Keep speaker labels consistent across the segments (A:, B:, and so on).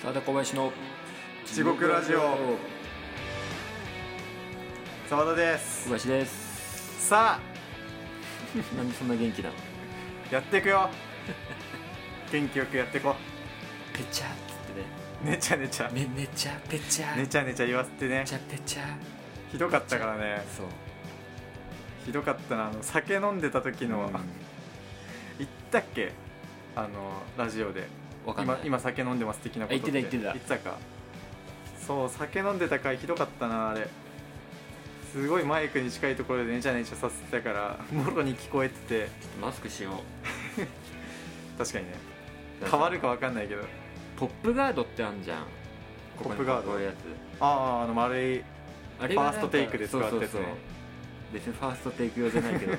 A: 沢田小林の
B: 地獄ラジオ澤田です
A: 小林です
B: さ
A: なんでそんな元気なの
B: あやっていくよ元気よくやっていこ
A: ペチャっつっ
B: うねちゃねちゃ
A: てねめめちゃペチャ
B: ねちゃねちゃ言わせてね
A: ペチャペチャ
B: ひどかったからね
A: そう
B: ひどかったなあの酒飲んでた時の、
A: うん
B: 言ったっけあのラジオで
A: わかんない
B: 今今酒飲んでます的なこと
A: あ言ってた言って
B: 言ってたかそう酒飲んでた回ひどかったなあれすごいマイクに近いところでねちゃねちゃさせてたからもろに聞こえてて
A: マスクしよ
B: 確かにね
A: う
B: 変わるかわかんないけど
A: ポップガードってあんじゃん
B: ポップガー
A: こ
B: ド
A: こにこういうやつ
B: あああの丸い
A: あれがなんか
B: ファーストテイクで使ったやつね
A: そうそうそう別にファーストテイク用じゃないけど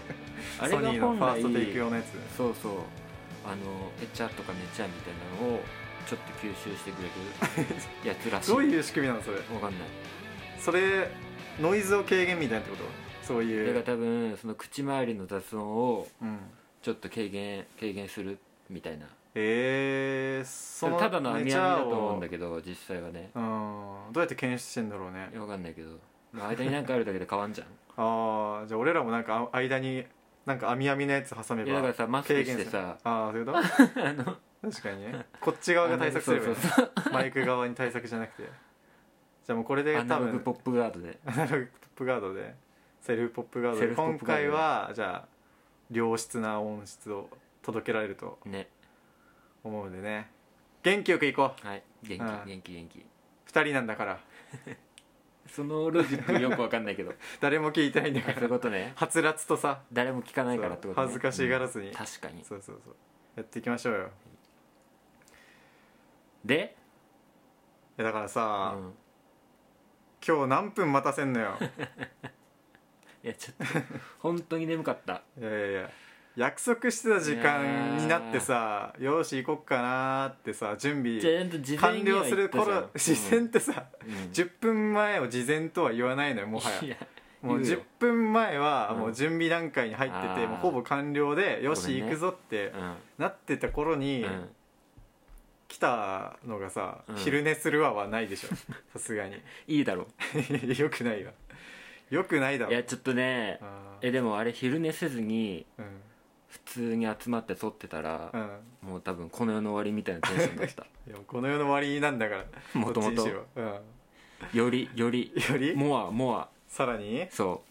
A: あれ
B: ソ
A: が
B: ニーの
A: 本
B: ファー
A: 来
B: ストテイク用のやつ
A: そうそうあのペチャとかネチャみたいなのをちょっと吸収してくれるやつらしい
B: どういう仕組みなのそれ
A: わかんない
B: それノイズを軽減みたいなってことそ
A: そ
B: うい
A: れが
B: う、
A: 多分その口周りの雑音を
B: うん、
A: ちょっと軽減軽減するみたいな
B: えー、その
A: ただの網
B: ネ
A: 網
B: チ
A: だ
B: ャ
A: と思うん
B: を
A: だけど実際はね
B: うんどうやって検出してんだろうね
A: わかんないけどまあ間になんかあるだけで変わんじゃん
B: ああじゃあ俺らもなんかあ間になんか網網のやつ挟め
A: いやだか
B: ば
A: らさマスクしてさ
B: ああそういうこと 確かにねこっち側が対策すればいいね
A: そう
B: マイク側に対策じゃなくてじゃあもうこ れで
A: ア
B: 多
A: ナログ
B: 分
A: ポップガードで
B: アナログポップガードでセルフポップガード
A: セ
B: で
A: ルフポッ
B: 今
A: プガードで
B: 回はじゃあ良質な音質を届けられると
A: ね
B: 思うんでね元気よく行こう
A: はい元
B: うん
A: 気元気元気
B: 2人なんだから
A: そのロジックよくわかんない けど
B: 誰も聞いてないんだ
A: そう
B: か
A: いう
B: ら
A: ことね
B: はつらつとさ
A: 誰も聞かないからってこと、ね、
B: そう恥ずかしがらずに
A: うん確かに
B: そうそうそうやっていきましょうよい
A: で、
B: やだから
A: う
B: さ、
A: ん、
B: 今日何分待たせんの よ
A: いやちょっと本当に眠かった
B: いやいやいや約束してた時間になってさよーし行こっかなーってさ準
A: じゃあちゃ
B: 備
A: んと事前
B: 完
A: には
B: 了す
A: 言
B: る
A: ったじゃん
B: 頃視線ってさ、
A: うんうん
B: 10分前を事前とは言わないのよもはや
A: いや
B: もう
A: 言うよ
B: 10分前は
A: うん
B: もう準備段階に入ってて、
A: あー
B: もうほぼ完了でよ
A: ごめ
B: し
A: ん
B: 行
A: ね
B: くぞってなってた頃
A: うん
B: に
A: うん
B: 来たのがさ、
A: うん
B: 昼寝するわはないでしょさすがに
A: いいだろ
B: よくないわよくないだ
A: い
B: ろ
A: やちょっとね
B: あー
A: えでもあれ昼寝せずに
B: うん
A: 普通に集まって撮ってたら
B: う、ん
A: もう多分この世の終わりみたいなテンションだっ
B: いやこの世の終わりなんだから
A: たもとも
B: どっ
A: と
B: ちにしろうん、よ
A: よりより
B: り
A: モアモア
B: さらに
A: そ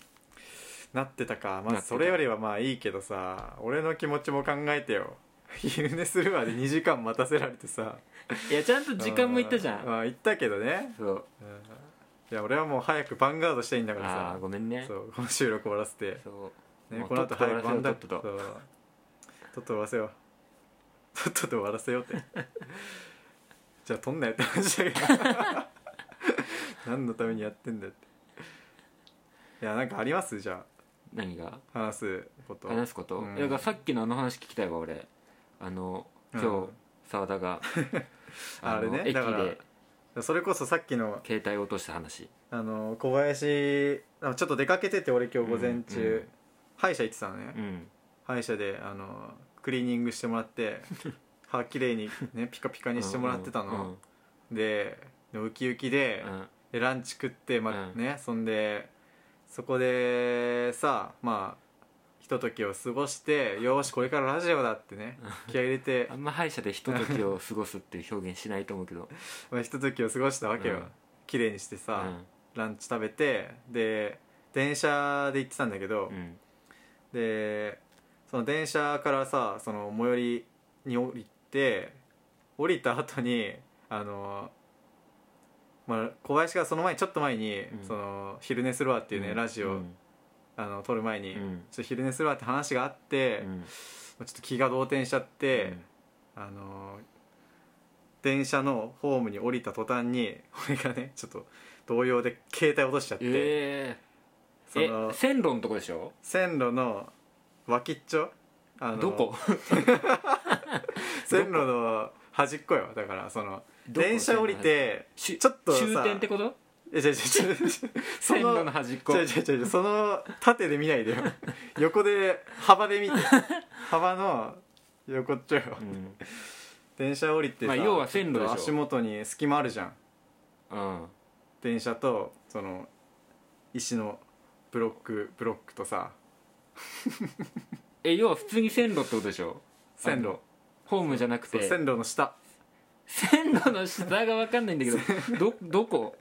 B: なってた
A: なっ
B: かまあ
A: てた
B: それよりはまあいいけどさ俺の気持ちも考えてよ 昼寝するまで2時間待たせられてさ
A: ういやちゃんと時間もいったじゃ
B: うんまあ行ったけどね
A: そう
B: うんいや俺はもう早くヴァンガードしたいんだから
A: ああ
B: さ
A: ーごめんね
B: そうこの収録終わらせて、
A: そう
B: ね
A: も、う
B: この後
A: とっとと
B: 早
A: 終
B: くヴ
A: わ
B: ァ
A: ら
B: ン
A: せようと
B: ダ
A: っとと
B: そうとっとと終わらせようとっとと終わらせようって じゃあ撮んなよって話だけど何のためにやってんだよっていやなんかありますじゃ
A: 何が
B: あ話すこと
A: 話すこと、
B: うん
A: いやだからさっきのあの話聞きたいわ俺あの今日、
B: うん
A: 澤田が
B: あれね
A: の駅
B: だから
A: で
B: それこそさっきの
A: 携帯を落とした話
B: あの小林あちょっと出かけてて俺今日午前中、
A: うんうん
B: 歯医者行ってたのね、
A: うん
B: 歯医者であのクリーニングしてもらって 歯綺麗にねピカピカにしてもらってたの、ででウキウキで,、
A: うんうん
B: でランチ食って、ま
A: うん
B: ね、そんでそこでさまあひとときを過ごしてよーしこれからラジオだってね気合い入れて
A: あんま歯医者でひとときを過ごすっていう表現しないと思うけど
B: まあひとときを過ごしたわけよ、
A: うん
B: 綺麗にして
A: う
B: さ、
A: ん
B: ランチ食べてで電車で行ってたんだけど、
A: うん
B: でその電車からさその最寄りに降りて降りた後にあのまあ、小林がその前にちょっと前に、
A: うん
B: その昼寝するわっていうね、
A: うん
B: ラジオ、
A: うん
B: あの撮る前に、
A: うん
B: ちょっと昼寝するわって話があって、
A: うん
B: ちょっと気が動転しちゃって、あの電車のホームに降りた途端に俺がねちょっと動揺で携帯落としちゃって、
A: え
B: そ
A: ー、
B: の
A: え線路のとこでしょ
B: 線路の脇っちょあの
A: どこ
B: 線路の端っこよだからその
A: どこ
B: 電車降りて
A: しゅ
B: ちょっとさ
A: 終点ってこと
B: え違う違う違うそ
A: 線路の
B: の
A: 端っこ
B: 違う違う違うその縦で見ないでよ横で幅で見て幅の横っちょよ
A: うん
B: 電車降りてさ、
A: まあ要は線路でしょ
B: ちょっと足元に隙間あるじゃん
A: うん
B: 電車とその石のブロックブロックとさ
A: え要は普通に線路ってことでしょ
B: 線
A: あ
B: 路
A: のホームじゃなく
B: そ
A: て
B: う線路の下
A: 線路の下が分かんないんだけ どどどこ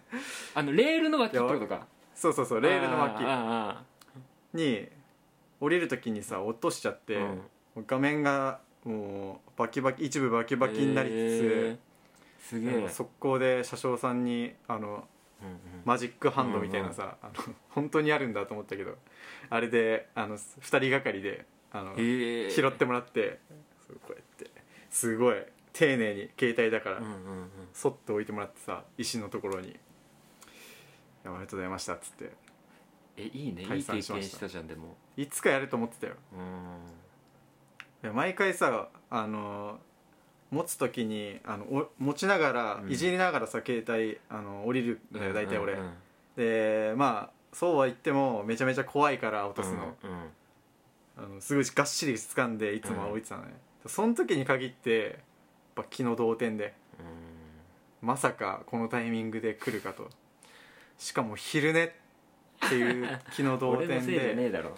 A: あのレールの脇ってことか
B: そうそうそうレールの
A: あ
B: 脇
A: ああ
B: に降りる時にさ落としちゃって、
A: うん
B: もう画面がもうバキバキ一部バキバキになりつ
A: へ
B: つ
A: え、すげ
B: で
A: え、
B: も速攻で車掌さんにあの
A: うんうん
B: マジックハンドみたいなさ、あの本当にあるんだと思ったけどあれであの2人がかりであの、
A: へえ
B: 拾ってもらってそうこうやってすごい丁寧に携帯だから、
A: うんうんうん
B: そっと置いてもらってさ石のところにいや「ありがとうございました」っつって
A: えいいねい
B: 解
A: い経
B: 散しまし
A: 験
B: た
A: したじゃんでも
B: いつかやると思ってたよ
A: うん
B: いや毎回さあの持つ時にあのお持ちながら、
A: うん
B: いじりながらさ携帯あの降りるんだよ大体俺、
A: うんうんうん
B: でまあそうは言ってもめちゃめちゃ怖いから落とすの、
A: うんうん
B: あのすごいがっしり掴んでいつも置いてたのね、その時に限ってやっぱ気の動転で
A: うん
B: まさかこのタイミングで来るかとしかも昼寝っ ていう気の動
A: 俺
B: 転
A: のせいじゃね
B: で
A: えだ ろ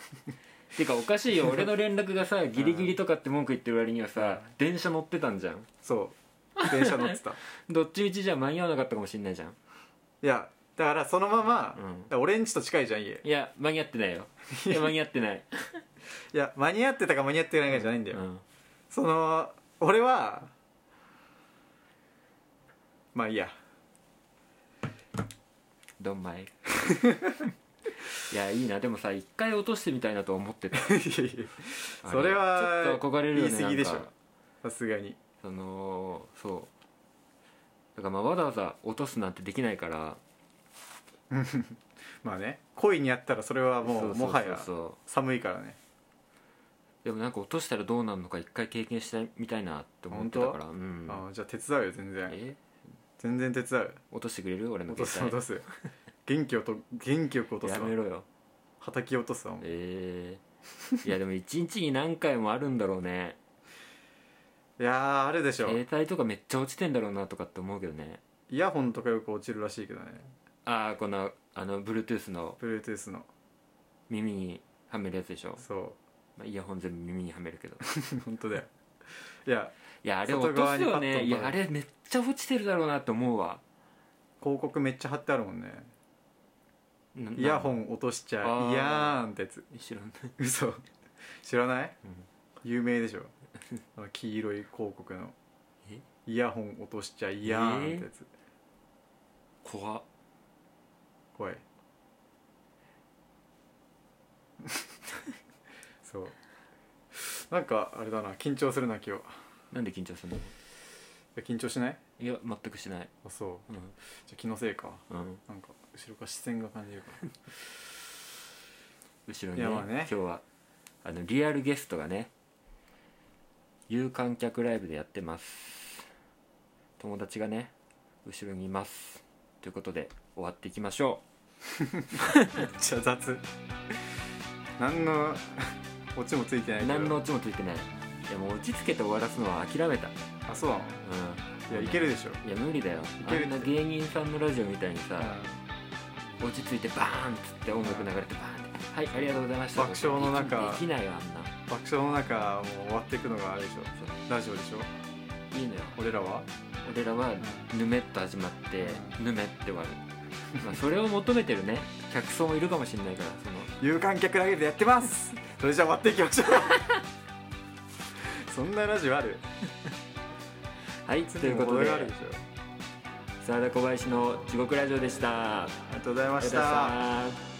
A: てかおかしいよ俺の連絡がさギリギリとかって文句言ってる割にはさ電車乗ってたんじゃん
B: そう電車乗ってた
A: どっちみちじゃ間に合わなかったかもしんないじゃん
B: いやだからそのまま、
A: うん
B: だから俺んちと近いじゃん家
A: いや間に合ってないよいや間に合ってない、
B: いや間に合ってたか間に合ってないかじゃないんだ
A: う
B: よ、
A: ん、
B: その俺はまあい いや
A: ドンマイいやいいなでもさ一回落としてみたいなと思ってた
B: それは
A: ちょっと憧れるよね
B: 言い過ぎでしょ
A: なんか
B: さすがに
A: そのそうだからまあわざわざ落とすなんてできないから
B: まあね恋にやったらそれは
A: そう
B: もう
A: そうそう
B: もはや
A: そう
B: 寒いからね
A: でもなんか落としたらどうなるのか一回経験してみたいなって思ってたからうん
B: ああじゃあ手伝うよ全然
A: え
B: 全然手伝う
A: 落としてくれる俺の
B: 落とす
A: 携
B: 落
A: 帯
B: とす元気をと元気よく落とす
A: や
B: わ
A: めろよ
B: はたき落とすわもう
A: えー、いやでも一日に何回もあるんだろうね
B: いやーあるでしょ
A: 携帯とかめっちゃ落ちてんだろうなとかって思うけどね
B: イヤホンとかよく落ちるらしいけどね
A: ああこのあの Bluetooth の
B: Bluetooth の
A: 耳にはめるやつでしょ、
B: そ
A: まあ、イヤホン全部耳にはめるけど
B: う 本当だよいや
A: いやあれ
B: 外
A: 落と
B: 側
A: す
B: にパ
A: よ
B: ッと
A: ねいやあれめっちゃ落ちてるだろうなって思うわ
B: 広告めっちゃ貼ってあるもんね
A: な
B: イヤホ
A: な
B: ン落としちゃ
A: あー
B: いやーんってやつ
A: 知 らない
B: 嘘知らない、
A: うん
B: 有名でしょあの黄色い広告の
A: え
B: イヤホン落としちゃいやーんってやつ、
A: 怖っ
B: 怖い そうなんかあれだな緊張するな今日いや
A: なんで緊張するの
B: 緊張しない
A: いや全くしない
B: あそう
A: う
B: じゃあ気のせいか
A: ん、うん、
B: なんか後ろから視線が感じるから
A: 後ろに
B: い
A: ね
B: やまあね
A: 今日はあのリアルゲストがね有観客ライブでやってます友達がね後ろにいますということで終わっていきましょ
B: めっちゃ雑何の オチもついてないけ
A: う
B: ど
A: 何のオチもついてないいやもう落ち着けて終わらすのは諦めた、
B: あそうなのいやいけるでしょ、
A: うん、いや無理だよ
B: い
A: あ
B: けるっ
A: ん
B: て
A: な芸人さんのラジオみたいにさ、
B: うん
A: 落ち着いてバーンっつって音楽流れてバーンって「はいありがとうございました」
B: 爆笑の中
A: できないよあんな
B: 爆笑の中もう終わっていくのがあれでしょラジオでしょ
A: いいのよ
B: 俺らは
A: 俺らはぬめっと始まってぬめって終 わる、まあ、それを求めてるね客層もいるかもしれないからその
B: 有観客ライブでやってますそれじゃあ終わっていきましょ うそんなラジオある
A: はいということ
B: 常に程
A: で
B: があるでしょ
A: 澤田小林の地獄ラジオでしたあ
B: ありがとうございま
A: り
B: し
A: がとうござい
B: た
A: ました